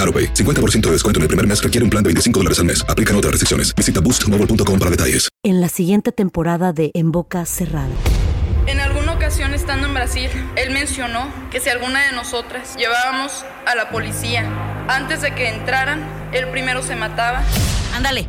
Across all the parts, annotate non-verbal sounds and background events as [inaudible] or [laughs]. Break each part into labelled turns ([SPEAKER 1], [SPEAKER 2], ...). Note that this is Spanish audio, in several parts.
[SPEAKER 1] AroPay. 50% de descuento en el primer mes requiere un plan de 25 dólares al mes. Aplican otras restricciones. Visita boostmobile.com para detalles.
[SPEAKER 2] En la siguiente temporada de En Boca Cerrada.
[SPEAKER 3] En alguna ocasión estando en Brasil, él mencionó que si alguna de nosotras llevábamos a la policía antes de que entraran, él primero se mataba.
[SPEAKER 4] Ándale,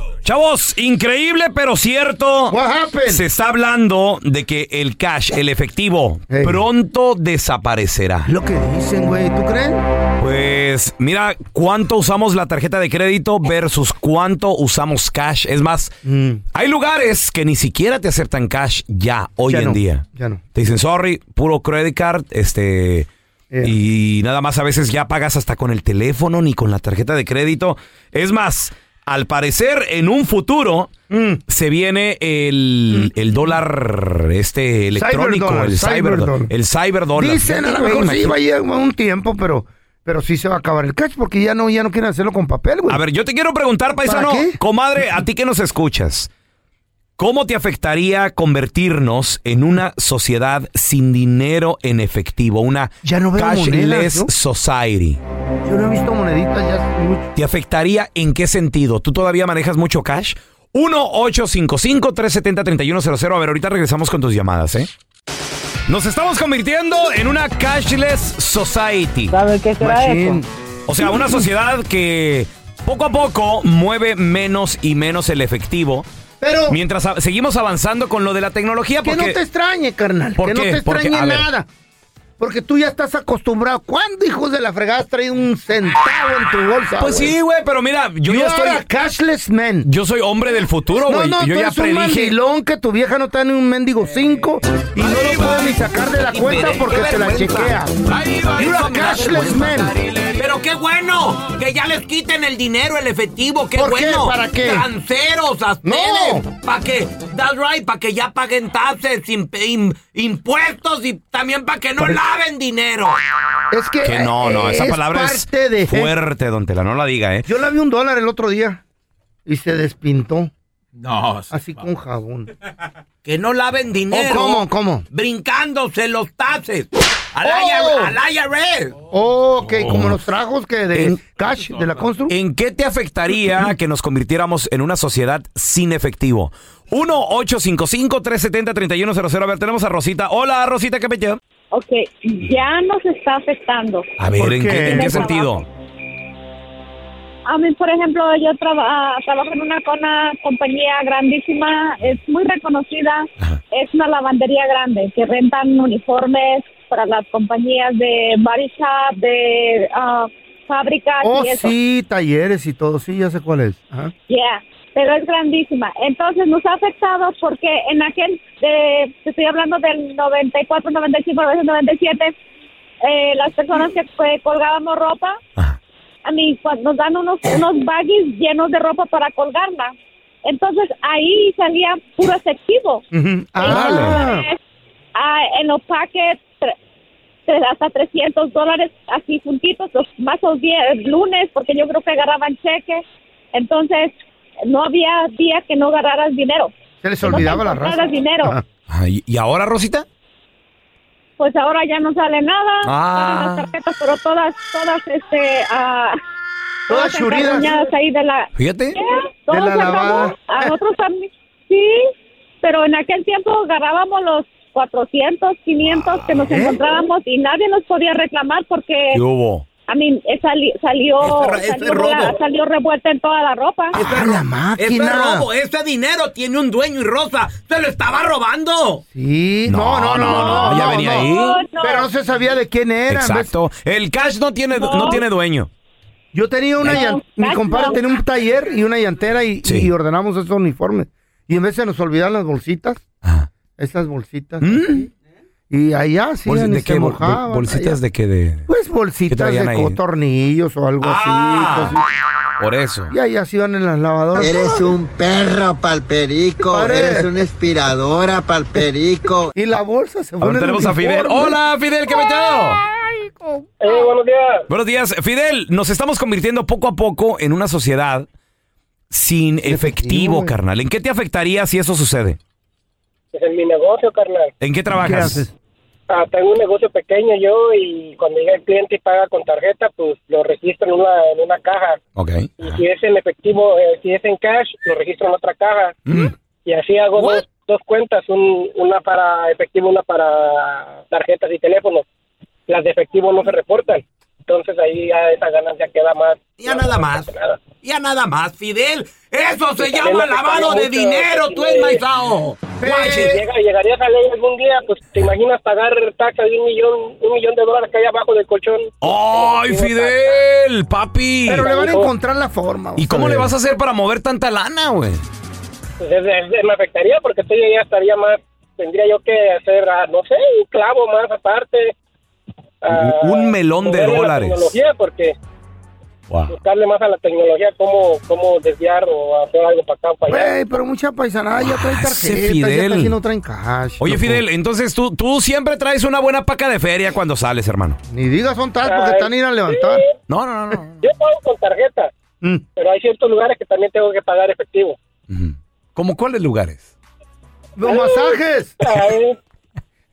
[SPEAKER 5] Chavos, increíble pero cierto.
[SPEAKER 6] What happened?
[SPEAKER 5] Se está hablando de que el cash, el efectivo,
[SPEAKER 6] Hey.
[SPEAKER 5] pronto desaparecerá.
[SPEAKER 6] Lo que dicen, güey, ¿tú crees?
[SPEAKER 5] Pues mira cuánto usamos la tarjeta de crédito versus cuánto usamos cash. Es más,
[SPEAKER 6] Mm.
[SPEAKER 5] hay lugares que ni siquiera te aceptan cash ya hoy
[SPEAKER 6] Ya
[SPEAKER 5] en
[SPEAKER 6] no,
[SPEAKER 5] día.
[SPEAKER 6] ya no.
[SPEAKER 5] Te dicen, sorry, puro credit card, este...
[SPEAKER 6] Eh.
[SPEAKER 5] Y nada más a veces ya pagas hasta con el teléfono ni con la tarjeta de crédito. Es más, al parecer en un futuro
[SPEAKER 6] Mm.
[SPEAKER 5] se viene el, el dólar este electrónico,
[SPEAKER 6] Cyberdólar,
[SPEAKER 5] el cyberdólar.
[SPEAKER 6] cyberdólar.
[SPEAKER 5] El cyberdólar.
[SPEAKER 6] Dicen, a lo
[SPEAKER 5] Güey,
[SPEAKER 6] mejor sí
[SPEAKER 5] imagínate.
[SPEAKER 6] va a llegar un tiempo, pero, pero sí se va a acabar el cash porque ya no, ya no quieren hacerlo con papel, güey.
[SPEAKER 5] A ver, yo te quiero preguntar, paisano,
[SPEAKER 6] qué?
[SPEAKER 5] comadre, a ti que nos escuchas, ¿cómo te afectaría convertirnos en una sociedad sin dinero en efectivo, una
[SPEAKER 6] Ya no veo
[SPEAKER 5] cashless
[SPEAKER 6] monedas, ¿no?
[SPEAKER 5] society?
[SPEAKER 6] Yo no he visto moneditas ya hace mucho.
[SPEAKER 5] ¿Te afectaría en qué sentido? ¿Tú todavía manejas mucho cash? 1-855-370-3100. A ver, ahorita regresamos con tus llamadas, ¿eh? Nos estamos convirtiendo en una cashless society.
[SPEAKER 7] ¿Sabe qué será
[SPEAKER 6] Machín.
[SPEAKER 7] eso?
[SPEAKER 5] O sea, una sociedad que poco a poco mueve menos y menos el efectivo.
[SPEAKER 6] Pero
[SPEAKER 5] Mientras a- seguimos avanzando con lo de la tecnología,
[SPEAKER 6] que
[SPEAKER 5] porque
[SPEAKER 6] no te extrañe, carnal.
[SPEAKER 5] ¿Por
[SPEAKER 6] que no
[SPEAKER 5] qué?
[SPEAKER 6] te
[SPEAKER 5] Porque,
[SPEAKER 6] extrañe
[SPEAKER 5] a ver.
[SPEAKER 6] nada. Porque tú ya estás acostumbrado. ¿Cuándo, hijos de la fregada, has traído un centavo en tu bolsa?
[SPEAKER 5] pues
[SPEAKER 6] güey?
[SPEAKER 5] sí, güey, pero mira, yo
[SPEAKER 6] Yo
[SPEAKER 5] ya estoy,
[SPEAKER 6] cashless man.
[SPEAKER 5] yo soy hombre del futuro,
[SPEAKER 6] no,
[SPEAKER 5] güey.
[SPEAKER 6] no,
[SPEAKER 5] yo
[SPEAKER 6] tú
[SPEAKER 5] ya
[SPEAKER 6] eres un
[SPEAKER 5] predije.
[SPEAKER 6] mandilón que tu vieja no está ni un mendigo 5 y no lo puedes ni sacar de la cuenta porque te la chequea. You're a cashless man.
[SPEAKER 8] pues, Pero qué bueno que ya les quiten el dinero, el efectivo, qué
[SPEAKER 6] ¿Por qué?
[SPEAKER 8] bueno.
[SPEAKER 6] ¿Para qué?
[SPEAKER 8] Tranceros, a
[SPEAKER 6] No.
[SPEAKER 8] ustedes. Para que, that's right, para que ya paguen taxes, imp- im- impuestos y también para que no laven dinero.
[SPEAKER 6] e- Es que, eh,
[SPEAKER 5] Que no, no, esa
[SPEAKER 6] es
[SPEAKER 5] palabra es
[SPEAKER 6] parte de
[SPEAKER 5] fuerte, don Tela, no la diga, ¿eh?
[SPEAKER 6] Yo la vi un dólar el otro día y se despintó
[SPEAKER 8] No.
[SPEAKER 6] así con jabón. Oh,
[SPEAKER 8] Que no laven dinero.
[SPEAKER 6] ¿cómo, cómo?
[SPEAKER 8] Brincándose los taxes. Al,
[SPEAKER 6] Oh.
[SPEAKER 8] IR- al IRS.
[SPEAKER 6] Ok, como los trajos que de
[SPEAKER 5] Oh. En-
[SPEAKER 6] cash de la constru.
[SPEAKER 5] ¿En qué te afectaría que nos convirtiéramos en una sociedad sin efectivo? 1-855-370-3100. A ver, tenemos a Rosita. Hola, Rosita, ¿qué pecho?
[SPEAKER 7] Ok, ya nos está afectando.
[SPEAKER 5] A ver,
[SPEAKER 6] ¿Por
[SPEAKER 5] ¿en
[SPEAKER 6] qué?
[SPEAKER 5] qué, en qué
[SPEAKER 7] Tiene
[SPEAKER 5] sentido?
[SPEAKER 7] A mí, por ejemplo, yo traba- ah, trabajo en una, con una compañía grandísima, es muy reconocida, es una lavandería grande que rentan uniformes para las compañías de Body Shop, de ah, fábricas
[SPEAKER 6] Oh,
[SPEAKER 7] y eso.
[SPEAKER 6] sí, talleres y todo, sí, ya sé cuál es. Ajá.
[SPEAKER 7] Yeah, pero es grandísima. Entonces nos ha afectado porque en aquel, de, te estoy hablando del 94, 95, a veces 97, eh, las personas que eh, colgábamos ropa, a mí cuando nos dan unos, unos baggies llenos de ropa para colgarla. Entonces ahí salía puro efectivo.
[SPEAKER 6] Ujú. Ah,
[SPEAKER 7] Ah, en los paquets tre- tre- hasta 300 dólares así juntitos los más los días lunes porque yo creo que agarraban cheque entonces no había día que no agarraras dinero
[SPEAKER 6] se les
[SPEAKER 7] Que no
[SPEAKER 6] olvidaba
[SPEAKER 7] te
[SPEAKER 6] la raza.
[SPEAKER 7] encontraras dinero
[SPEAKER 6] Ajá.
[SPEAKER 5] Ah, ¿Y y ahora, Rosita?
[SPEAKER 7] pues ahora ya no sale nada
[SPEAKER 5] Ah.
[SPEAKER 7] salen las tarjetas pero todas todas este ah,
[SPEAKER 6] Todas churidas.
[SPEAKER 7] engarruñadas ahí de la
[SPEAKER 5] Fíjate.
[SPEAKER 7] Todo
[SPEAKER 6] De la
[SPEAKER 7] se acabó.
[SPEAKER 6] lavada.
[SPEAKER 7] A nosotros también. Sí, pero en aquel tiempo agarrábamos los 400, 500 que nos encontrábamos y nadie nos podía reclamar porque
[SPEAKER 5] ¿Qué hubo?
[SPEAKER 7] a mí eh, sali- salió,
[SPEAKER 8] Ese ra- ese
[SPEAKER 7] salió,
[SPEAKER 8] robo.
[SPEAKER 7] la- salió revuelta en toda la ropa.
[SPEAKER 6] Ah, la
[SPEAKER 8] Este
[SPEAKER 6] máquina.
[SPEAKER 8] robo, este dinero tiene un dueño y Rosa se lo estaba robando.
[SPEAKER 6] Sí, no, no, no, no.
[SPEAKER 5] no, ya venía ahí.
[SPEAKER 7] No.
[SPEAKER 6] Pero no se sabía de quién era. ¿ves?
[SPEAKER 5] Exacto. El cash no tiene, no.
[SPEAKER 7] No.
[SPEAKER 5] tiene dueño.
[SPEAKER 6] Yo tenía una
[SPEAKER 7] No,
[SPEAKER 6] llan- mi
[SPEAKER 7] casi
[SPEAKER 6] compadre
[SPEAKER 7] no.
[SPEAKER 6] tenía un taller y una llantera y,
[SPEAKER 5] Sí.
[SPEAKER 6] y ordenamos esos uniformes. Y en vez se nos olvidaban las bolsitas, esas bolsitas. así. Y allá sí,
[SPEAKER 5] Bols-
[SPEAKER 6] ni
[SPEAKER 5] ¿Mm? ¿De
[SPEAKER 6] se
[SPEAKER 5] qué? Bol-
[SPEAKER 6] mojaban,
[SPEAKER 5] de- ¿Bolsitas
[SPEAKER 6] allá.
[SPEAKER 5] de qué? De...
[SPEAKER 6] Pues bolsitas
[SPEAKER 5] traían
[SPEAKER 6] de
[SPEAKER 5] ahí?
[SPEAKER 6] cotornillos o algo
[SPEAKER 5] Ah.
[SPEAKER 6] así. cosas-
[SPEAKER 5] Por eso.
[SPEAKER 6] Y allá se iban en las lavadoras.
[SPEAKER 9] Eres un perro palperico,
[SPEAKER 6] Pare.
[SPEAKER 9] eres una inspiradora palperico.
[SPEAKER 6] Y la bolsa se fue en
[SPEAKER 5] Ahora
[SPEAKER 6] el
[SPEAKER 5] tenemos a Fidel.
[SPEAKER 6] uniforme.
[SPEAKER 5] Hola, Fidel, ¿qué metido?
[SPEAKER 10] Eh, buenos días.
[SPEAKER 5] Buenos días, Fidel. Nos estamos convirtiendo poco a poco en una sociedad sin efectivo,
[SPEAKER 6] güey.
[SPEAKER 5] carnal. ¿En qué te afectaría si eso sucede?
[SPEAKER 10] Es Pues en mi negocio, carnal.
[SPEAKER 5] ¿En qué
[SPEAKER 6] ¿Qué
[SPEAKER 5] trabajas?
[SPEAKER 6] haces?
[SPEAKER 10] Ah, tengo un negocio pequeño yo y cuando llega el cliente y paga con tarjeta, pues lo registro en una, en una caja.
[SPEAKER 5] Ok.
[SPEAKER 10] Y si es en efectivo, eh, si es en cash, lo registro en otra caja.
[SPEAKER 5] Mm.
[SPEAKER 10] Y así hago
[SPEAKER 5] What?
[SPEAKER 10] dos, dos cuentas, un- una para efectivo, una para tarjetas y teléfonos. Las de efectivo no se reportan. Entonces ahí ya esa ganancia queda más.
[SPEAKER 8] Ya nada más.
[SPEAKER 10] Nada.
[SPEAKER 8] Ya nada más, Fidel. Eso se
[SPEAKER 10] Y también
[SPEAKER 8] llama
[SPEAKER 10] me afectaría
[SPEAKER 8] lavado de
[SPEAKER 10] mucho,
[SPEAKER 8] dinero, tú
[SPEAKER 10] porque-
[SPEAKER 8] enmaizao.
[SPEAKER 10] Si
[SPEAKER 8] Guache.
[SPEAKER 10] llega, llegarías a ley algún día, pues te imaginas pagar taxa de un millón, un millón de dólares que hay abajo del colchón.
[SPEAKER 5] ¡Ay, Fidel! ¡Papi!
[SPEAKER 6] Pero le van a encontrar la forma.
[SPEAKER 5] ¿Y cómo le vas a hacer para mover tanta lana, güey?
[SPEAKER 10] Pues es- es- me afectaría porque estoy ya estaría más, tendría yo que hacer, ah, no sé, un clavo más aparte. ah,
[SPEAKER 5] Un- un melón de
[SPEAKER 10] moverle la
[SPEAKER 5] dólares.
[SPEAKER 10] tecnología, porque
[SPEAKER 5] Wow.
[SPEAKER 10] buscarle más a la tecnología cómo, cómo desviar o hacer algo para acá o para allá.
[SPEAKER 6] Güey, pero mucha paisanada ya trae
[SPEAKER 5] Ah, ese
[SPEAKER 6] tarjeta, ya
[SPEAKER 5] Fidel.
[SPEAKER 6] casi no traen cash.
[SPEAKER 5] Oye,
[SPEAKER 6] loco.
[SPEAKER 5] Fidel, entonces tú, tú siempre traes una buena paca de feria cuando sales, hermano.
[SPEAKER 6] Ni digas son tal porque
[SPEAKER 10] Ay,
[SPEAKER 6] están a ir a levantar.
[SPEAKER 5] No, no, no. no.
[SPEAKER 10] Yo pago con tarjeta,
[SPEAKER 6] Mm.
[SPEAKER 10] pero hay ciertos lugares que también tengo que pagar efectivo.
[SPEAKER 5] Ujú. ¿Cómo cuáles lugares?
[SPEAKER 6] Los masajes. [laughs]
[SPEAKER 10] Ay,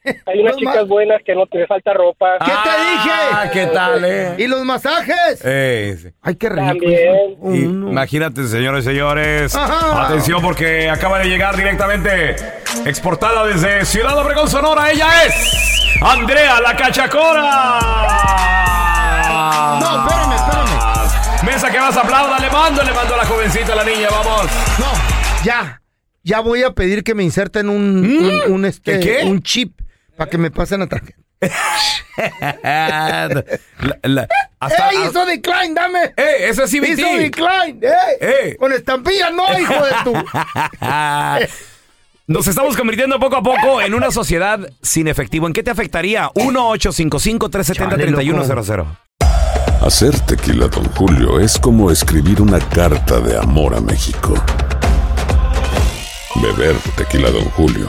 [SPEAKER 10] Ah, eh. hay unas
[SPEAKER 6] Los
[SPEAKER 10] chicas
[SPEAKER 6] más-
[SPEAKER 10] buenas que no te falta ropa.
[SPEAKER 6] ¿Qué te dije?
[SPEAKER 5] Ah, ¿qué tal, eh?
[SPEAKER 6] ¿Y los masajes?
[SPEAKER 5] Eh, sí.
[SPEAKER 6] Ay, qué rico.
[SPEAKER 10] También.
[SPEAKER 6] Oh,
[SPEAKER 5] Y-
[SPEAKER 6] no.
[SPEAKER 5] Imagínate, señores y señores.
[SPEAKER 6] Ajá.
[SPEAKER 5] Atención porque acaba de llegar directamente exportada desde Ciudad Obregón, Sonora. Ella es Andrea la Cachacora.
[SPEAKER 6] No, espérame, espérame.
[SPEAKER 5] Mesa que más aplauda, le mando, le mando a la jovencita, a la niña, vamos.
[SPEAKER 6] No, ya. Ya voy a pedir que me inserten un, un, un, este,
[SPEAKER 5] Mm. ¿Qué, qué?
[SPEAKER 6] un chip para que me pasen la tarjeta.
[SPEAKER 5] La- [laughs] la- hasta-
[SPEAKER 6] ¡Ey, hizo decline, dame!
[SPEAKER 5] ¡Eh, eso es CBT.
[SPEAKER 6] ¡Hizo decline! ¡Ey!
[SPEAKER 5] Eh.
[SPEAKER 6] Con estampillas, no, hijo de tu...
[SPEAKER 5] Nos estamos convirtiendo poco a poco en una sociedad sin efectivo. ¿En qué te afectaría? 1-855-370-3100.
[SPEAKER 11] Hacer tequila, Don Julio, es como escribir una carta de amor a México. Beber tequila, Don Julio,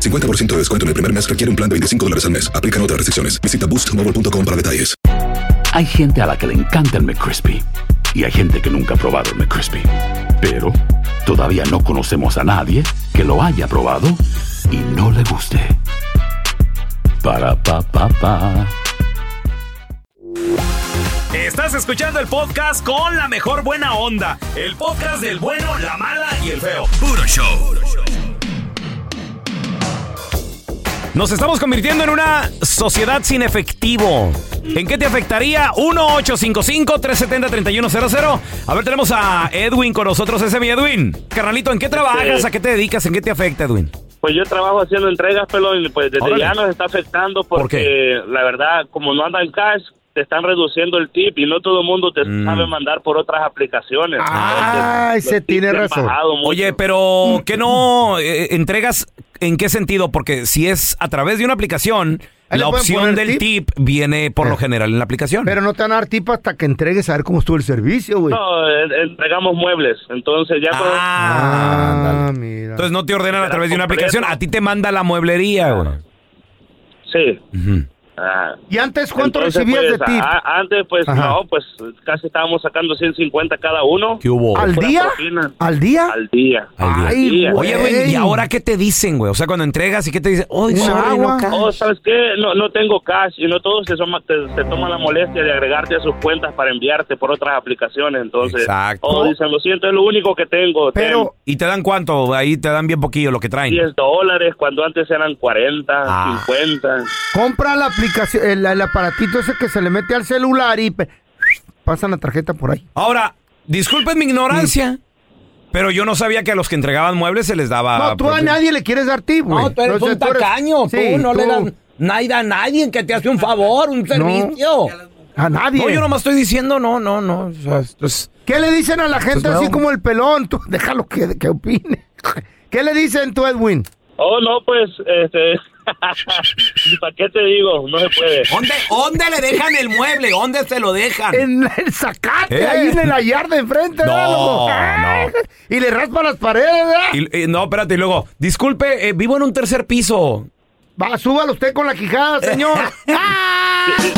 [SPEAKER 1] 50% de descuento en el primer mes requiere un plan de 25 dólares al mes. Aplican otras restricciones. Visita boostmobile.com para detalles.
[SPEAKER 12] Hay gente a la que le encanta el McCrispy y hay gente que nunca ha probado el McCrispy. Pero todavía no conocemos a nadie que lo haya probado y no le guste. Para pa pa pa.
[SPEAKER 13] Estás escuchando el podcast con la mejor buena onda. El podcast del bueno, la mala y el feo. Puro show.
[SPEAKER 5] Nos estamos convirtiendo en una sociedad sin efectivo. ¿En qué te afectaría? 1-855-370-3100. A ver, tenemos a Edwin con nosotros. Ese es mi Edwin. Carnalito, ¿en qué trabajas?
[SPEAKER 14] Sí.
[SPEAKER 5] ¿A qué te dedicas? ¿En qué te afecta, Edwin?
[SPEAKER 14] Pues yo trabajo haciendo entregas, pero pues desde
[SPEAKER 5] Órale.
[SPEAKER 14] ya nos está afectando porque la verdad, como no andan cash, te están reduciendo el tip y no todo el mundo te
[SPEAKER 6] Mm.
[SPEAKER 14] sabe mandar por otras aplicaciones.
[SPEAKER 6] Ay, se tiene razón.
[SPEAKER 5] Oye, pero ¿qué no eh, entregas? ¿En qué sentido? Porque si es a través de una aplicación,
[SPEAKER 6] Ahí le
[SPEAKER 5] la
[SPEAKER 6] pueden
[SPEAKER 5] opción
[SPEAKER 6] poner
[SPEAKER 5] del tip? viene [laughs] por lo general en la aplicación.
[SPEAKER 6] Pero no te van a dar tipa hasta que entregues a ver cómo estuvo el servicio, güey.
[SPEAKER 14] No, en- entregamos muebles, entonces ya... cuando-
[SPEAKER 6] Ah, mira.
[SPEAKER 5] Entonces no te ordenan a través de una
[SPEAKER 14] completo.
[SPEAKER 5] aplicación, a ti te manda la mueblería, güey.
[SPEAKER 14] Sí.
[SPEAKER 5] Ujú.
[SPEAKER 14] Ah.
[SPEAKER 6] ¿Y antes cuánto
[SPEAKER 14] Entonces, pues,
[SPEAKER 6] recibías de tip?
[SPEAKER 14] a- a- antes, pues,
[SPEAKER 6] Ajá.
[SPEAKER 14] no, pues casi estábamos sacando 150 cada uno.
[SPEAKER 5] ¿Qué hubo?
[SPEAKER 6] ¿Al
[SPEAKER 14] Pura
[SPEAKER 6] día?
[SPEAKER 14] propina.
[SPEAKER 6] ¿Al día?
[SPEAKER 14] Al día. Al día.
[SPEAKER 5] Oye, güey, ¿y ahora qué te dicen, güey? O sea, cuando entregas y qué te dicen, oh, sorry, no cash".
[SPEAKER 14] Oh, ¿sabes qué? No, no tengo cash y no todos se, soma- te- se toman la molestia de agregarte a sus cuentas para enviarte por otras aplicaciones. Entonces,
[SPEAKER 5] Exacto.
[SPEAKER 14] oh, dicen, lo siento, es lo único que tengo. Pero,
[SPEAKER 5] ¿Y te dan cuánto? Ahí te dan bien poquillo lo que traen. Ah.
[SPEAKER 14] 10 dólares cuando antes eran 40,
[SPEAKER 8] Ah.
[SPEAKER 14] 50.
[SPEAKER 6] Compra la aplicación, el, el aparatito ese que se le mete al celular y pe- pasan la tarjeta por ahí.
[SPEAKER 5] Ahora, disculpen mi ignorancia, pero yo no sabía que a los que entregaban muebles se les daba... pues,
[SPEAKER 6] no, tú a
[SPEAKER 5] propina.
[SPEAKER 6] nadie le quieres dar tip, güey.
[SPEAKER 8] No, tú eres
[SPEAKER 6] Entonces,
[SPEAKER 8] un tacaño. Tú,
[SPEAKER 6] Sí,
[SPEAKER 8] no le
[SPEAKER 6] tú.
[SPEAKER 8] das nada a nadie que te hace un favor, un servicio.
[SPEAKER 6] A nadie.
[SPEAKER 8] No, yo nomás
[SPEAKER 5] estoy diciendo, no, no, no.
[SPEAKER 6] ¿Qué le dicen a la gente
[SPEAKER 8] pues,
[SPEAKER 6] así
[SPEAKER 8] no.
[SPEAKER 6] como el pelón? Tú, [laughs] déjalo que, que opine. [laughs] ¿Qué le dicen tú, Edwin?
[SPEAKER 14] Oh, no, pues, este... [laughs] ¿Para qué te digo? No se puede.
[SPEAKER 8] ¿Dónde, ¿Dónde le dejan el mueble? ¿Dónde se lo dejan?
[SPEAKER 6] [laughs] En el sacate,
[SPEAKER 5] ¿Eh?
[SPEAKER 6] ahí en el hallar de enfrente.
[SPEAKER 5] No,
[SPEAKER 6] ¿verdad, loco? [laughs]
[SPEAKER 5] no.
[SPEAKER 6] Y le raspa las paredes,
[SPEAKER 5] [laughs]
[SPEAKER 6] ¿verdad?
[SPEAKER 5] Y- y- no, espérate, y luego, disculpe, eh, vivo en un tercer piso.
[SPEAKER 6] Va, súbalo usted con la
[SPEAKER 5] [laughs]
[SPEAKER 6] quijada, señor.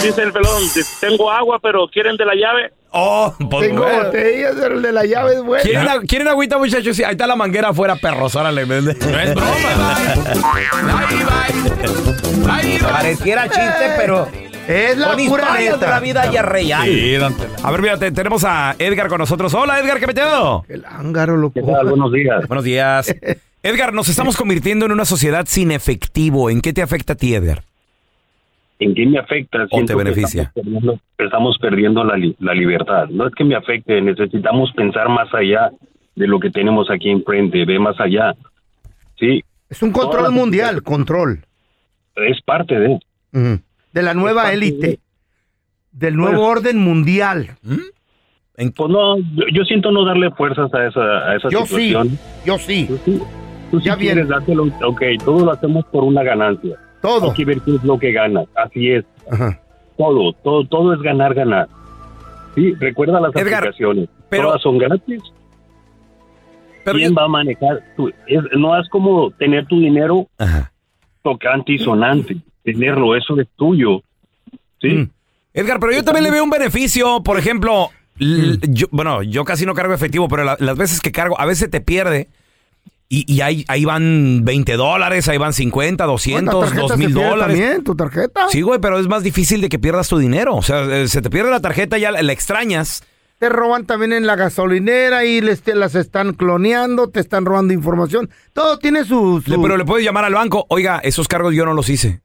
[SPEAKER 14] Dice el pelón, dice, tengo agua, pero ¿quieren de la llave?
[SPEAKER 5] Oh, pues,
[SPEAKER 6] Tengo
[SPEAKER 5] bueno.
[SPEAKER 6] botellas, pero el de la llave es bueno.
[SPEAKER 5] ¿Quieren, ag- quieren agüita, muchachos? Sí, ahí está la manguera afuera, perros. Órale, no es
[SPEAKER 8] Pareciera chiste, pero
[SPEAKER 6] es
[SPEAKER 8] la
[SPEAKER 6] pura
[SPEAKER 8] de
[SPEAKER 6] neta.
[SPEAKER 8] la vida y es real.
[SPEAKER 5] A ver, mira, te- tenemos a Edgar con nosotros. Hola, Edgar, ¿qué metido?
[SPEAKER 6] El ángaro, loco.
[SPEAKER 14] Buenos días.
[SPEAKER 5] Buenos
[SPEAKER 6] [laughs]
[SPEAKER 5] días. Edgar, nos estamos convirtiendo en una sociedad sin efectivo. ¿En qué te afecta a ti, Edgar?
[SPEAKER 15] ¿En qué me afecta?
[SPEAKER 5] ¿O
[SPEAKER 15] Siento
[SPEAKER 5] te
[SPEAKER 15] que
[SPEAKER 5] beneficia?
[SPEAKER 15] Estamos perdiendo, estamos perdiendo la, li- la libertad. No es que me afecte, necesitamos pensar más allá de lo que tenemos aquí enfrente, ve más allá. Sí,
[SPEAKER 6] Es un control mundial, control.
[SPEAKER 15] es parte de.
[SPEAKER 6] Ujú. De la nueva élite. Del nuevo orden mundial.
[SPEAKER 5] ¿Mm?
[SPEAKER 15] Pues no, yo, yo siento no darle fuerzas a esa, a esa
[SPEAKER 6] Yo sí,
[SPEAKER 15] situación.
[SPEAKER 6] yo sí.
[SPEAKER 15] Tú sí
[SPEAKER 6] Ya
[SPEAKER 15] quieres
[SPEAKER 6] viene.
[SPEAKER 15] dártelo, ok, todo lo hacemos por una ganancia.
[SPEAKER 6] Todo.
[SPEAKER 15] Hay que ver qué es lo que ganas, así es. Todo, todo, todo es ganar, ganar. Sí, recuerda las
[SPEAKER 5] Edgar,
[SPEAKER 15] aplicaciones.
[SPEAKER 5] pero-
[SPEAKER 15] Todas son gratis. ¿Quién va a manejar? tu- es- no es como tener tu dinero tocante y sonante. Tenerlo, eso es tuyo. Sí.
[SPEAKER 5] Mm. Edgar, pero yo también le veo un beneficio. Por ejemplo, l- yo, bueno, yo casi no cargo efectivo, pero la- las veces que cargo, a veces te pierde. Y, y ahí, ahí van 20 dólares, ahí van 50, 200,
[SPEAKER 6] tarjeta
[SPEAKER 5] 2
[SPEAKER 6] se
[SPEAKER 5] mil
[SPEAKER 6] pierde
[SPEAKER 5] dólares.
[SPEAKER 6] también, tu tarjeta.
[SPEAKER 5] Sí, güey, pero es más difícil de que pierdas tu dinero. O sea, eh, se te pierde la tarjeta, ya la, la extrañas.
[SPEAKER 6] Te roban también en la gasolinera y les, te las están cloneando, te están robando información. Todo tiene sus...
[SPEAKER 5] Le- pero le puedes llamar al banco, oiga, esos cargos yo no los hice.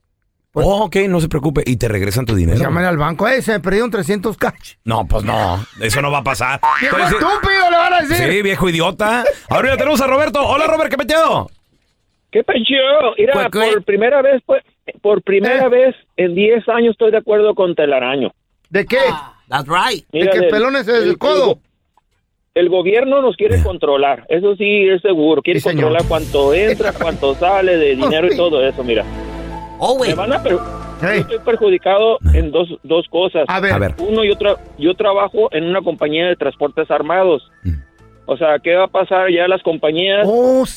[SPEAKER 5] oh, ok, no se preocupe. Y te regresan tu dinero.
[SPEAKER 6] Llaman al banco, eh, se me perdieron 300 cash.
[SPEAKER 5] No, pues no, eso no va a pasar.
[SPEAKER 6] ¡Viejo
[SPEAKER 5] Entonces,
[SPEAKER 6] estúpido le van a decir!
[SPEAKER 5] Sí, viejo idiota. Ahora ya tenemos a Roberto. Hola, Robert, ¿qué metido?
[SPEAKER 16] ¿Qué pecho? Mira, por primera vez, pues, por
[SPEAKER 8] Eh.
[SPEAKER 16] primera vez en 10 años estoy de acuerdo con Telaraño.
[SPEAKER 6] ¿De qué?
[SPEAKER 8] Ah, That's right.
[SPEAKER 16] Mira,
[SPEAKER 6] ¿De qué
[SPEAKER 16] del-
[SPEAKER 6] pelón es el,
[SPEAKER 16] el-
[SPEAKER 6] codo?
[SPEAKER 16] El gobierno nos quiere controlar, eso sí es seguro. Quiere controlar cuánto
[SPEAKER 6] [laughs]
[SPEAKER 16] entra, cuánto sale
[SPEAKER 6] Oh,
[SPEAKER 16] de dinero y todo eso, mira. Me van a per- yo estoy perjudicado en dos, dos cosas.
[SPEAKER 6] A ver.
[SPEAKER 16] Uno, yo, tra- yo trabajo en una compañía de transportes armados. O sea, ¿qué va a pasar? Ya las compañías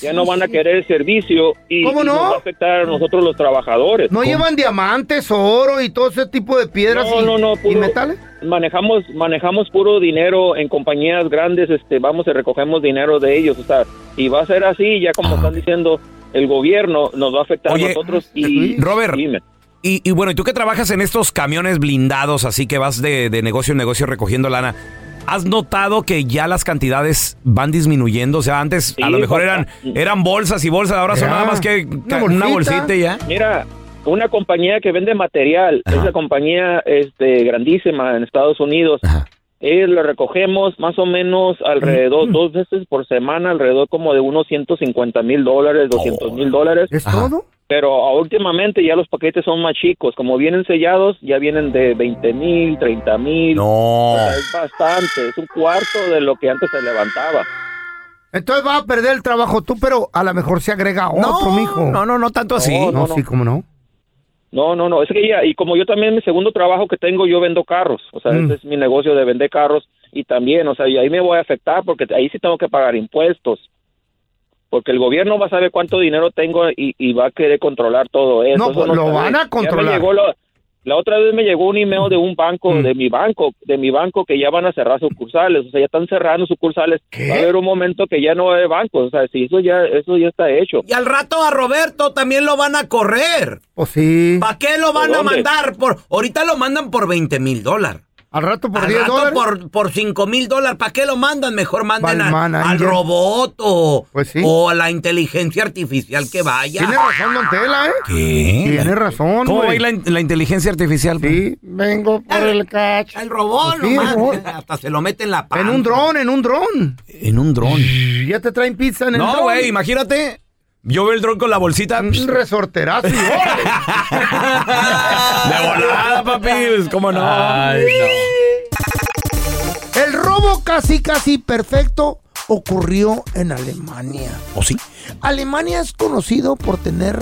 [SPEAKER 16] ya no van a querer el servicio y,
[SPEAKER 6] Oh, ¿Cómo
[SPEAKER 16] y nos
[SPEAKER 6] no?
[SPEAKER 16] va a afectar a nosotros los trabajadores.
[SPEAKER 6] ¿No llevan diamantes, oro y todo ese tipo de piedras
[SPEAKER 16] No,
[SPEAKER 6] y,
[SPEAKER 16] no, no,
[SPEAKER 6] y
[SPEAKER 16] puro-
[SPEAKER 6] metales?
[SPEAKER 16] manejamos manejamos puro dinero en compañías grandes, este, vamos y recogemos dinero de ellos, o sea, y va a ser así, ya como están diciendo, el gobierno nos va a afectar
[SPEAKER 5] Oye,
[SPEAKER 16] a nosotros y
[SPEAKER 5] Robert. Y, y bueno, y tú que trabajas en estos camiones blindados, así que vas de, de negocio en negocio recogiendo lana, ¿has notado que ya las cantidades van disminuyendo? O sea, antes a
[SPEAKER 16] Sí,
[SPEAKER 5] lo mejor eran,
[SPEAKER 16] papá.
[SPEAKER 5] eran bolsas y bolsas, ahora son
[SPEAKER 16] Ya.
[SPEAKER 5] nada más que ca- una bolsita, y ya.
[SPEAKER 16] Mira, una compañía que vende material, esa compañía este, grandísima en Estados Unidos, ellos lo recogemos más o menos alrededor, dos veces por semana, alrededor como de unos 150 mil dólares, 200 mil dólares. ¿Es todo? Pero ah, últimamente ya los paquetes son más chicos, como vienen sellados, ya vienen de 20 mil, 30 mil.
[SPEAKER 5] No.
[SPEAKER 16] es bastante, es un cuarto de lo que antes se levantaba.
[SPEAKER 6] Entonces vas a perder el trabajo tú, pero a lo mejor se agrega otro, mijo.
[SPEAKER 5] No, no, no tanto
[SPEAKER 16] así.
[SPEAKER 6] Oh. No,
[SPEAKER 16] No, no,
[SPEAKER 6] sí,
[SPEAKER 16] no.
[SPEAKER 6] cómo no.
[SPEAKER 16] No, no, no, es que ya, y como yo también mi segundo trabajo que tengo, yo vendo carros, o sea,
[SPEAKER 6] Mm.
[SPEAKER 16] ese es mi negocio de vender carros y también, o sea, y ahí me voy a afectar porque ahí sí tengo que pagar impuestos, porque el gobierno va a saber cuánto dinero tengo y, y va a querer controlar todo eso.
[SPEAKER 6] No,
[SPEAKER 16] Eso
[SPEAKER 6] pues, lo
[SPEAKER 16] está
[SPEAKER 6] van
[SPEAKER 16] bien.
[SPEAKER 6] a
[SPEAKER 16] Ya me
[SPEAKER 6] controlar. Mm.
[SPEAKER 16] llegó la, la otra vez me llegó un email de un banco, de mi banco, de mi banco que ya van a cerrar sucursales, o sea, ya están cerrando sucursales, va a haber un momento que ya no hay bancos, o sea, si eso ya, eso ya está hecho.
[SPEAKER 8] Y al rato a Roberto también lo van a correr.
[SPEAKER 6] ¿O sí?
[SPEAKER 8] ¿Para qué lo
[SPEAKER 16] ¿Por
[SPEAKER 8] van a
[SPEAKER 16] dónde?
[SPEAKER 8] mandar? Por, ahorita lo mandan por 20 mil dólares.
[SPEAKER 6] Al rato
[SPEAKER 8] por
[SPEAKER 6] 10 dólares.
[SPEAKER 8] Por, por 5 mil dólares. ¿Para qué lo mandan? Mejor manden
[SPEAKER 6] Pa'l
[SPEAKER 8] al-
[SPEAKER 6] manager.
[SPEAKER 8] al robot o,
[SPEAKER 6] Pues sí.
[SPEAKER 8] o a la inteligencia artificial que vaya.
[SPEAKER 6] Tiene razón, don Tela, ¿eh?
[SPEAKER 5] ¿Qué?
[SPEAKER 6] Tiene razón,
[SPEAKER 5] ¿Cómo va
[SPEAKER 6] güey.
[SPEAKER 5] a ir la, in- la inteligencia artificial? pues?
[SPEAKER 6] Sí. Vengo por el cacho.
[SPEAKER 8] El robot,
[SPEAKER 6] Pues sí,
[SPEAKER 8] nomás,
[SPEAKER 6] el robot.
[SPEAKER 8] Oh, Hasta se lo meten la
[SPEAKER 6] En un dron, en un dron.
[SPEAKER 5] En un dron.
[SPEAKER 6] Ya te traen pizza en el dron.
[SPEAKER 5] No, güey, imagínate. Yo veo el dron con la bolsita.
[SPEAKER 6] Un resorterazo. y órale.
[SPEAKER 5] [laughs] De volada, papi. pues, ¿Cómo no?
[SPEAKER 6] El robo casi casi perfecto ocurrió en Alemania.
[SPEAKER 5] ¿O Oh, sí?
[SPEAKER 6] Alemania es conocido por tener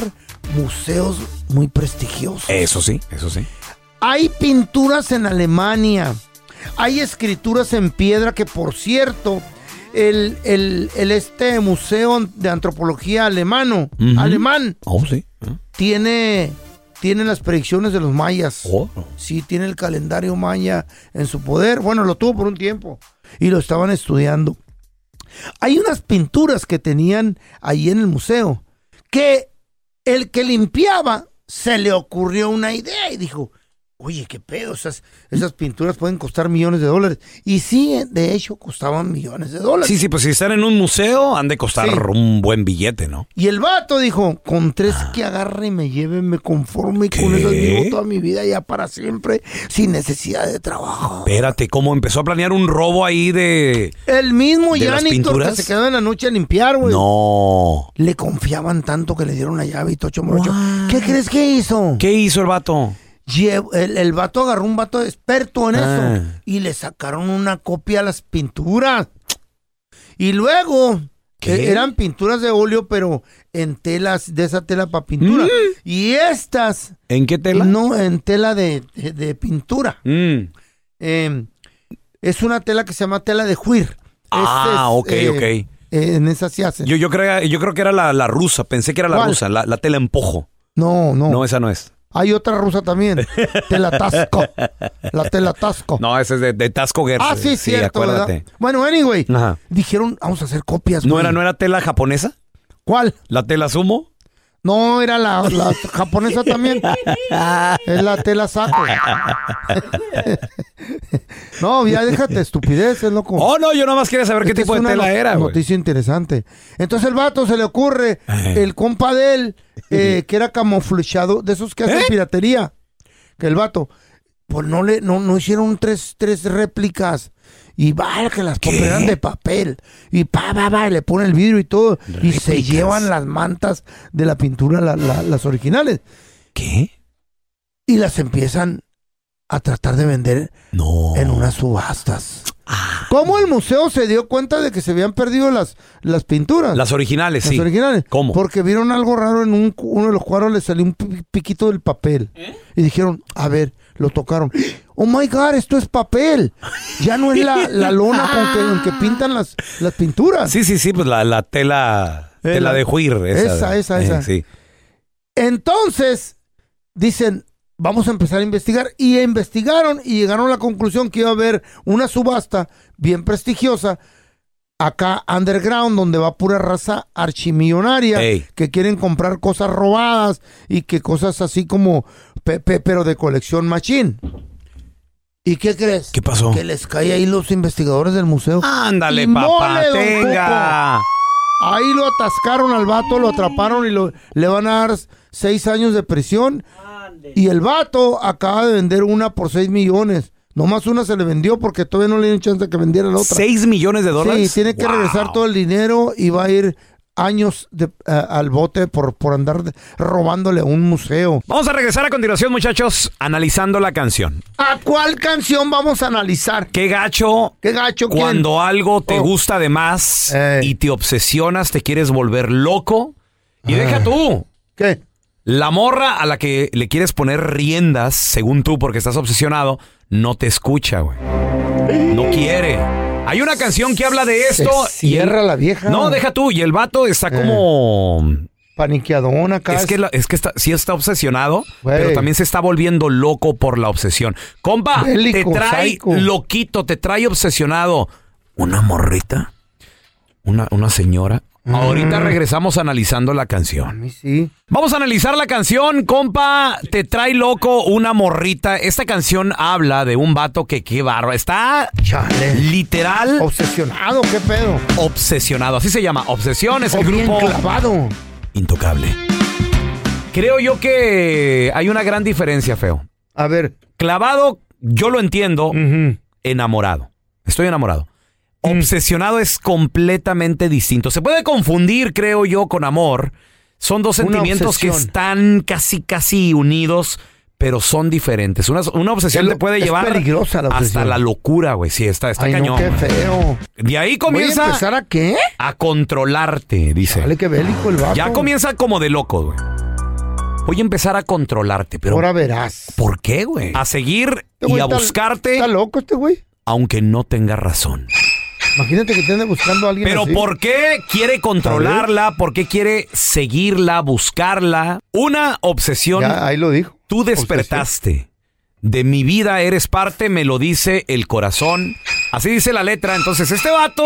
[SPEAKER 6] museos muy prestigiosos.
[SPEAKER 5] Eso sí, eso sí.
[SPEAKER 6] Hay pinturas en Alemania. Hay escrituras en piedra que, por cierto, el, el- el este museo de antropología alemano,
[SPEAKER 5] Ujú.
[SPEAKER 6] alemán,
[SPEAKER 5] Oh, sí.
[SPEAKER 6] tiene, tiene las predicciones de los mayas. Sí, tiene el calendario maya en su poder. Bueno, lo tuvo por un tiempo y lo estaban estudiando. Hay unas pinturas que tenían ahí en el museo que el que limpiaba se le ocurrió una idea y dijo, oye, qué pedo, esas, esas pinturas pueden costar millones de dólares. Y sí, de hecho, costaban millones de dólares.
[SPEAKER 5] Sí, sí, pues si están en un museo, han de costar
[SPEAKER 6] Sí.
[SPEAKER 5] un buen billete, ¿no?
[SPEAKER 6] Y el vato dijo, con tres
[SPEAKER 5] Ah.
[SPEAKER 6] que agarre y me lleve, me conforme y con eso vivo toda mi vida ya para siempre, sin necesidad de trabajo.
[SPEAKER 5] Espérate, ¿cómo empezó a planear un robo ahí de.
[SPEAKER 6] El mismo
[SPEAKER 5] ¿De las
[SPEAKER 6] Yanitor que
[SPEAKER 5] pinturas?
[SPEAKER 6] se quedó en la noche a limpiar, güey.
[SPEAKER 5] No.
[SPEAKER 6] Le confiaban tanto que le dieron la llave y tocho morocho. ¿Qué crees que hizo?
[SPEAKER 5] ¿Qué hizo el vato?
[SPEAKER 6] el, el vato agarró un vato experto en
[SPEAKER 5] Ah.
[SPEAKER 6] eso y le sacaron una copia a las pinturas. Y luego, eh, eran pinturas de óleo, pero en telas, de esa tela para pintura. Y estas.
[SPEAKER 5] ¿En qué Mm. tela?
[SPEAKER 6] No, en tela de, de- de pintura.
[SPEAKER 5] Mm.
[SPEAKER 6] Eh, es una tela que se llama tela de juir.
[SPEAKER 5] Ah, ok,
[SPEAKER 6] Este es,
[SPEAKER 5] ok.
[SPEAKER 6] eh, eh, en esa se hace.
[SPEAKER 5] Yo, yo, crea- yo creo que era la, la rusa, pensé que era la
[SPEAKER 6] ¿Cuál?
[SPEAKER 5] rusa, la, la tela empojo.
[SPEAKER 6] No, no.
[SPEAKER 5] No, esa no es.
[SPEAKER 6] Hay otra rusa también. tela
[SPEAKER 5] [laughs]
[SPEAKER 6] tasco. La tela tasco.
[SPEAKER 5] No, esa es de, de Tasco Guerra.
[SPEAKER 6] Ah, sí, cierto, ¿verdad?
[SPEAKER 5] acuérdate.
[SPEAKER 6] Bueno, anyway.
[SPEAKER 5] Ajá.
[SPEAKER 6] Dijeron, vamos a hacer copias.
[SPEAKER 5] ¿No
[SPEAKER 6] güey.
[SPEAKER 5] era, ¿No era tela japonesa?
[SPEAKER 6] ¿Cuál?
[SPEAKER 5] ¿La tela
[SPEAKER 6] [laughs]
[SPEAKER 5] sumo?
[SPEAKER 6] No, era la, la japonesa
[SPEAKER 5] [laughs]
[SPEAKER 6] también. es la tela saco. No, ya déjate estupideces, loco.
[SPEAKER 5] Oh, no, yo nada más quería saber qué
[SPEAKER 6] Esta
[SPEAKER 5] tipo
[SPEAKER 6] es
[SPEAKER 5] de
[SPEAKER 6] una
[SPEAKER 5] tela
[SPEAKER 6] no-
[SPEAKER 5] era, güey.
[SPEAKER 6] Noticia interesante. Entonces el vato se le ocurre,
[SPEAKER 5] Eh.
[SPEAKER 6] el compa de él,
[SPEAKER 5] [laughs]
[SPEAKER 6] eh, que era camuflado, de esos que
[SPEAKER 5] ¿Eh?
[SPEAKER 6] hacen piratería, que el vato, pues no le, no, no hicieron tres, tres réplicas. Y va, que las porque eran de papel. Y pa, va, va, y le pone el vidrio y todo. Y se llevan las mantas de la pintura, la- la- las originales.
[SPEAKER 5] ¿Qué?
[SPEAKER 6] Y las empiezan a tratar de vender en unas subastas.
[SPEAKER 5] Ah.
[SPEAKER 6] ¿Cómo el museo se dio cuenta de que se habían perdido las, las pinturas?
[SPEAKER 5] Las originales,
[SPEAKER 6] Las
[SPEAKER 5] sí.
[SPEAKER 6] originales.
[SPEAKER 5] ¿Cómo?
[SPEAKER 6] Porque vieron algo raro en un cu- uno de los cuadros, le salió un pi- piquito del papel. Y dijeron, a ver, lo tocaron. Oh my God, esto es papel. Ya no es la, la lona con que, en que pintan las, las pinturas.
[SPEAKER 5] Sí, sí, sí, pues la, la tela,
[SPEAKER 6] Eh,
[SPEAKER 5] tela
[SPEAKER 6] la-
[SPEAKER 5] de juir. Esa,
[SPEAKER 6] esa, esa,
[SPEAKER 5] Eh,
[SPEAKER 6] esa.
[SPEAKER 5] sí.
[SPEAKER 6] Entonces, dicen, vamos a empezar a investigar. Y investigaron y llegaron a la conclusión que iba a haber una subasta bien prestigiosa acá underground donde va pura raza archimillonaria que quieren comprar cosas robadas y que cosas así como pe- pe- pero de colección machín. ¿Y qué crees? ¿Qué
[SPEAKER 5] pasó?
[SPEAKER 6] Que les cae ahí los investigadores del museo.
[SPEAKER 5] Ándale,
[SPEAKER 6] Y
[SPEAKER 5] papá,
[SPEAKER 6] mole, don
[SPEAKER 5] tenga.
[SPEAKER 6] Cuco. Ahí lo atascaron al vato, lo atraparon y lo- le van a dar seis años de prisión. Y el vato acaba de vender una por seis millones. Nomás una se le vendió porque todavía no le dieron chance de que vendiera la otra.
[SPEAKER 5] ¿Seis millones de dólares?
[SPEAKER 6] Sí, tiene que
[SPEAKER 5] Wow.
[SPEAKER 6] regresar todo el dinero y va a ir años de- a- al bote por, por andar de- robándole a un museo.
[SPEAKER 5] Vamos a regresar a continuación, muchachos, analizando la canción.
[SPEAKER 6] ¿A cuál canción vamos a analizar?
[SPEAKER 5] Qué gacho.
[SPEAKER 6] Qué gacho. quién? Oh.
[SPEAKER 5] Cuando algo te gusta de más y te obsesionas, te quieres volver loco. Y deja tú.
[SPEAKER 6] ¿Qué?
[SPEAKER 5] La morra a la que le quieres poner riendas, según tú, porque estás obsesionado, no te escucha, güey. No quiere. Hay una canción que habla de
[SPEAKER 6] Se
[SPEAKER 5] esto. y el-
[SPEAKER 6] cierra la vieja.
[SPEAKER 5] No, deja tú. Y el vato está como.
[SPEAKER 6] Paniqueadón acá.
[SPEAKER 5] Es que, la- es que está, sí está obsesionado,
[SPEAKER 6] Güey.
[SPEAKER 5] pero también se está volviendo loco por la obsesión. Compa,
[SPEAKER 6] Bélico,
[SPEAKER 5] te trae
[SPEAKER 6] psycho.
[SPEAKER 5] loquito, te trae obsesionado. Una morrita, una, una señora.
[SPEAKER 6] Mm.
[SPEAKER 5] Ahorita regresamos analizando la canción.
[SPEAKER 6] Sí.
[SPEAKER 5] Vamos a analizar la canción, compa. Te trae loco una morrita. Esta canción habla de un vato que qué barro. Está literal.
[SPEAKER 6] Obsesionado, qué pedo.
[SPEAKER 5] Obsesionado, así se llama. Obsesión es el grupo.
[SPEAKER 6] clavado.
[SPEAKER 5] Intocable. Creo yo que hay una gran diferencia, feo.
[SPEAKER 6] A ver.
[SPEAKER 5] Clavado, yo lo entiendo. Enamorado. Estoy enamorado.
[SPEAKER 6] Mm.
[SPEAKER 5] Obsesionado es completamente distinto. Se puede confundir, creo yo, con amor. Son dos
[SPEAKER 6] Una
[SPEAKER 5] sentimientos que
[SPEAKER 6] obsesión.
[SPEAKER 5] están casi, casi unidos, pero son diferentes. Una, una obsesión
[SPEAKER 6] Es lo-
[SPEAKER 5] te puede
[SPEAKER 6] es
[SPEAKER 5] llevar
[SPEAKER 6] peligrosa la
[SPEAKER 5] hasta
[SPEAKER 6] obsesión.
[SPEAKER 5] la locura, güey. Sí, está, está
[SPEAKER 6] Ay, no,
[SPEAKER 5] cañón.
[SPEAKER 6] qué feo.
[SPEAKER 5] De ahí
[SPEAKER 6] ¿Voy a
[SPEAKER 5] comienza
[SPEAKER 6] empezar a qué?
[SPEAKER 5] a controlarte, dice.
[SPEAKER 6] Dale, qué bélico el vato.
[SPEAKER 5] Ya comienza como de loco, güey. Voy a empezar a controlarte, pero.
[SPEAKER 6] Ahora verás.
[SPEAKER 5] ¿Por qué, güey? A seguir
[SPEAKER 6] Este
[SPEAKER 5] y
[SPEAKER 6] güey
[SPEAKER 5] a
[SPEAKER 6] está-
[SPEAKER 5] buscarte,
[SPEAKER 6] Está loco este güey.
[SPEAKER 5] aunque no tenga razón.
[SPEAKER 6] Imagínate que te ande buscando a alguien
[SPEAKER 5] Pero
[SPEAKER 6] así.
[SPEAKER 5] ¿por qué quiere controlarla? ¿Por qué quiere seguirla, buscarla? Una obsesión.
[SPEAKER 6] Ya, ahí lo dijo.
[SPEAKER 5] Tú despertaste. De mi vida eres parte, me lo dice el corazón. Así dice la letra. Entonces, este vato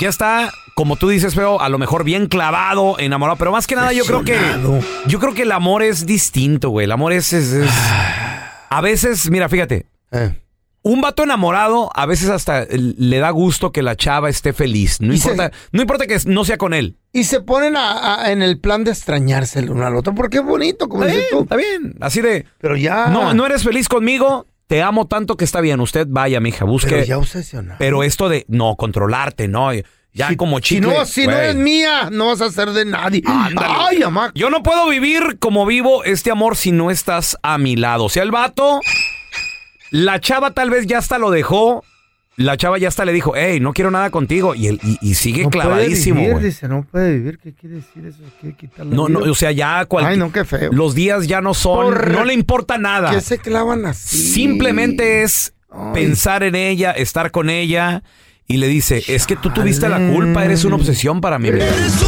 [SPEAKER 5] ya está, como tú dices, feo, a lo mejor bien clavado, enamorado. Pero más que nada, yo creo que. Yo creo que el amor es distinto, güey. El amor es. es- es- A veces, mira, fíjate.
[SPEAKER 6] Eh.
[SPEAKER 5] Un vato enamorado a veces hasta le da gusto que la chava esté feliz. No, importa, no importa que no sea con él.
[SPEAKER 6] Y se ponen a- a- en el plan de extrañarse el uno al otro. Porque es bonito, como dices tú.
[SPEAKER 5] Está bien, así de.
[SPEAKER 6] Pero ya.
[SPEAKER 5] No, no eres feliz conmigo. Te amo tanto que está bien. Usted vaya, mija, busque.
[SPEAKER 6] Pero ya obsesionado.
[SPEAKER 5] Pero esto de no controlarte, no, ya como
[SPEAKER 6] Si
[SPEAKER 5] chicle.
[SPEAKER 6] no, si no
[SPEAKER 5] güey. Ah,
[SPEAKER 6] eres mía, no vas a ser de nadie. Ay, mamá.
[SPEAKER 5] Yo no puedo vivir como vivo este amor si no estás a mi lado. O sea, el vato, la chava tal vez ya hasta lo dejó. La chava ya hasta le dijo, hey, no quiero nada contigo. Y, él, y, y sigue clavadísimo.
[SPEAKER 6] Puede vivir,
[SPEAKER 5] güey.
[SPEAKER 6] dice, no puede vivir. ¿Qué quiere decir eso? Quiere quitar la
[SPEAKER 5] No, no,
[SPEAKER 6] vida.
[SPEAKER 5] o sea, ya cual-
[SPEAKER 6] Ay, no, qué feo.
[SPEAKER 5] Los días ya no son.
[SPEAKER 6] Por-
[SPEAKER 5] no le importa nada.
[SPEAKER 6] ¿Qué se clavan así?
[SPEAKER 5] Simplemente es pensar en ella, estar con ella. Y le dice, es que tú tuviste la culpa, eres una obsesión para mí. mi vida".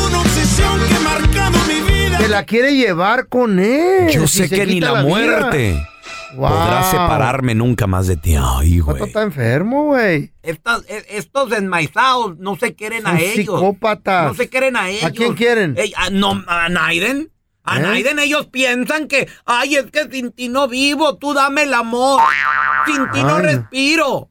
[SPEAKER 6] una obsesión que ha marcado mi vida. Se la quiere llevar con él.
[SPEAKER 5] Yo
[SPEAKER 6] Si
[SPEAKER 5] sé
[SPEAKER 6] se
[SPEAKER 5] que ni
[SPEAKER 6] quita
[SPEAKER 5] la,
[SPEAKER 6] vida.
[SPEAKER 5] muerte
[SPEAKER 6] Wow.
[SPEAKER 5] podrá separarme nunca más de ti. Ay, güey.
[SPEAKER 6] Pato está enfermo, güey.
[SPEAKER 8] Estas- e- estos enmaizados no se quieren
[SPEAKER 6] Son
[SPEAKER 8] a ellos.
[SPEAKER 6] psicópatas.
[SPEAKER 8] No se quieren a ellos.
[SPEAKER 6] quién quieren?
[SPEAKER 8] Ey, a, no, a Naiden. A
[SPEAKER 6] ¿Eh?
[SPEAKER 8] Naiden ellos piensan que, ay, es que sin ti no vivo, tú dame el amor. Sin ti no
[SPEAKER 6] Ay.
[SPEAKER 8] respiro.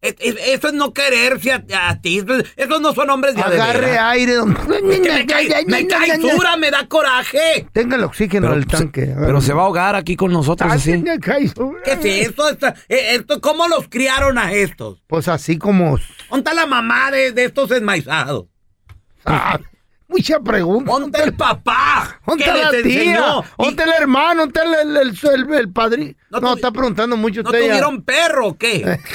[SPEAKER 8] Es- es- eso es no quererse a, a ti. Esos no son hombres de a de
[SPEAKER 6] Agarre
[SPEAKER 8] veras.
[SPEAKER 6] aire. don-
[SPEAKER 8] Es que me cae, me cae dura, me da coraje.
[SPEAKER 6] Tenga el oxígeno
[SPEAKER 5] Pero,
[SPEAKER 6] al
[SPEAKER 5] pues,
[SPEAKER 6] tanque.
[SPEAKER 5] Pero se va a ahogar aquí con nosotros así.
[SPEAKER 8] ¿Qué es eso? Esta- eh, esto, ¿Cómo los criaron a estos?
[SPEAKER 6] Pues así como.
[SPEAKER 8] ¿Dónde está la mamá de, de estos enmaizados?
[SPEAKER 6] Ah, mucha pregunta.
[SPEAKER 8] ¿Dónde está el papá?
[SPEAKER 6] ¿Dónde
[SPEAKER 8] ¿Qué
[SPEAKER 6] está la
[SPEAKER 8] les
[SPEAKER 6] tía?
[SPEAKER 8] enseñó?
[SPEAKER 6] ¿Dónde está el hermano? ¿Dónde está el, el, el, el padrino? No, está preguntando mucho
[SPEAKER 8] ¿No
[SPEAKER 6] usted. ya.
[SPEAKER 8] tuvieron perro o qué?
[SPEAKER 5] [laughs]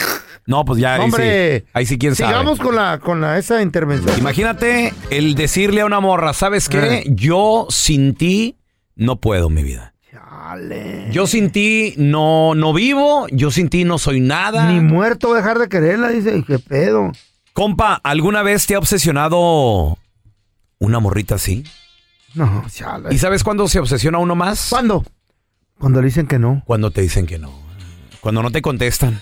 [SPEAKER 5] No, pues ya, ahí
[SPEAKER 6] Hombre,
[SPEAKER 5] sí. Ahí sí, quién sabe.
[SPEAKER 6] Sigamos con la con la esa intervención.
[SPEAKER 5] Imagínate el decirle a una morra, ¿sabes
[SPEAKER 6] Eh.
[SPEAKER 5] qué? Yo sin ti no puedo mi vida. Yo sin ti no, no vivo, yo sin ti no soy nada.
[SPEAKER 6] Ni muerto voy a dejar de quererla, dice, "Y qué pedo.
[SPEAKER 5] Compa, ¿alguna vez te ha obsesionado una morrita así?
[SPEAKER 6] No, chale.
[SPEAKER 5] ¿Y sabes cuándo se obsesiona uno más?
[SPEAKER 6] ¿Cuándo? Cuando le dicen que no.
[SPEAKER 5] Cuando te dicen que no. Cuando no te contestan.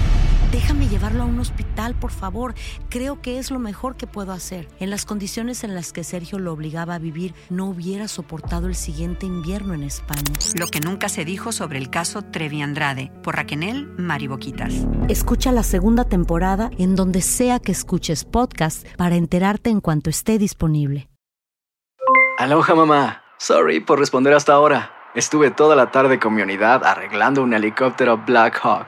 [SPEAKER 2] Déjame llevarlo a un hospital, por favor. Creo que es lo mejor que puedo hacer. En las condiciones en las que Sergio lo obligaba a vivir, no hubiera soportado el siguiente invierno en España.
[SPEAKER 17] Lo que nunca se dijo sobre el caso Trevi Andrade por Raquel Mariboquitas.
[SPEAKER 2] Escucha la segunda temporada en donde sea que escuches podcast para enterarte en cuanto esté disponible.
[SPEAKER 18] Aloha mamá. Sorry por responder hasta ahora. Estuve toda la tarde con mi unidad arreglando un helicóptero Black Hawk.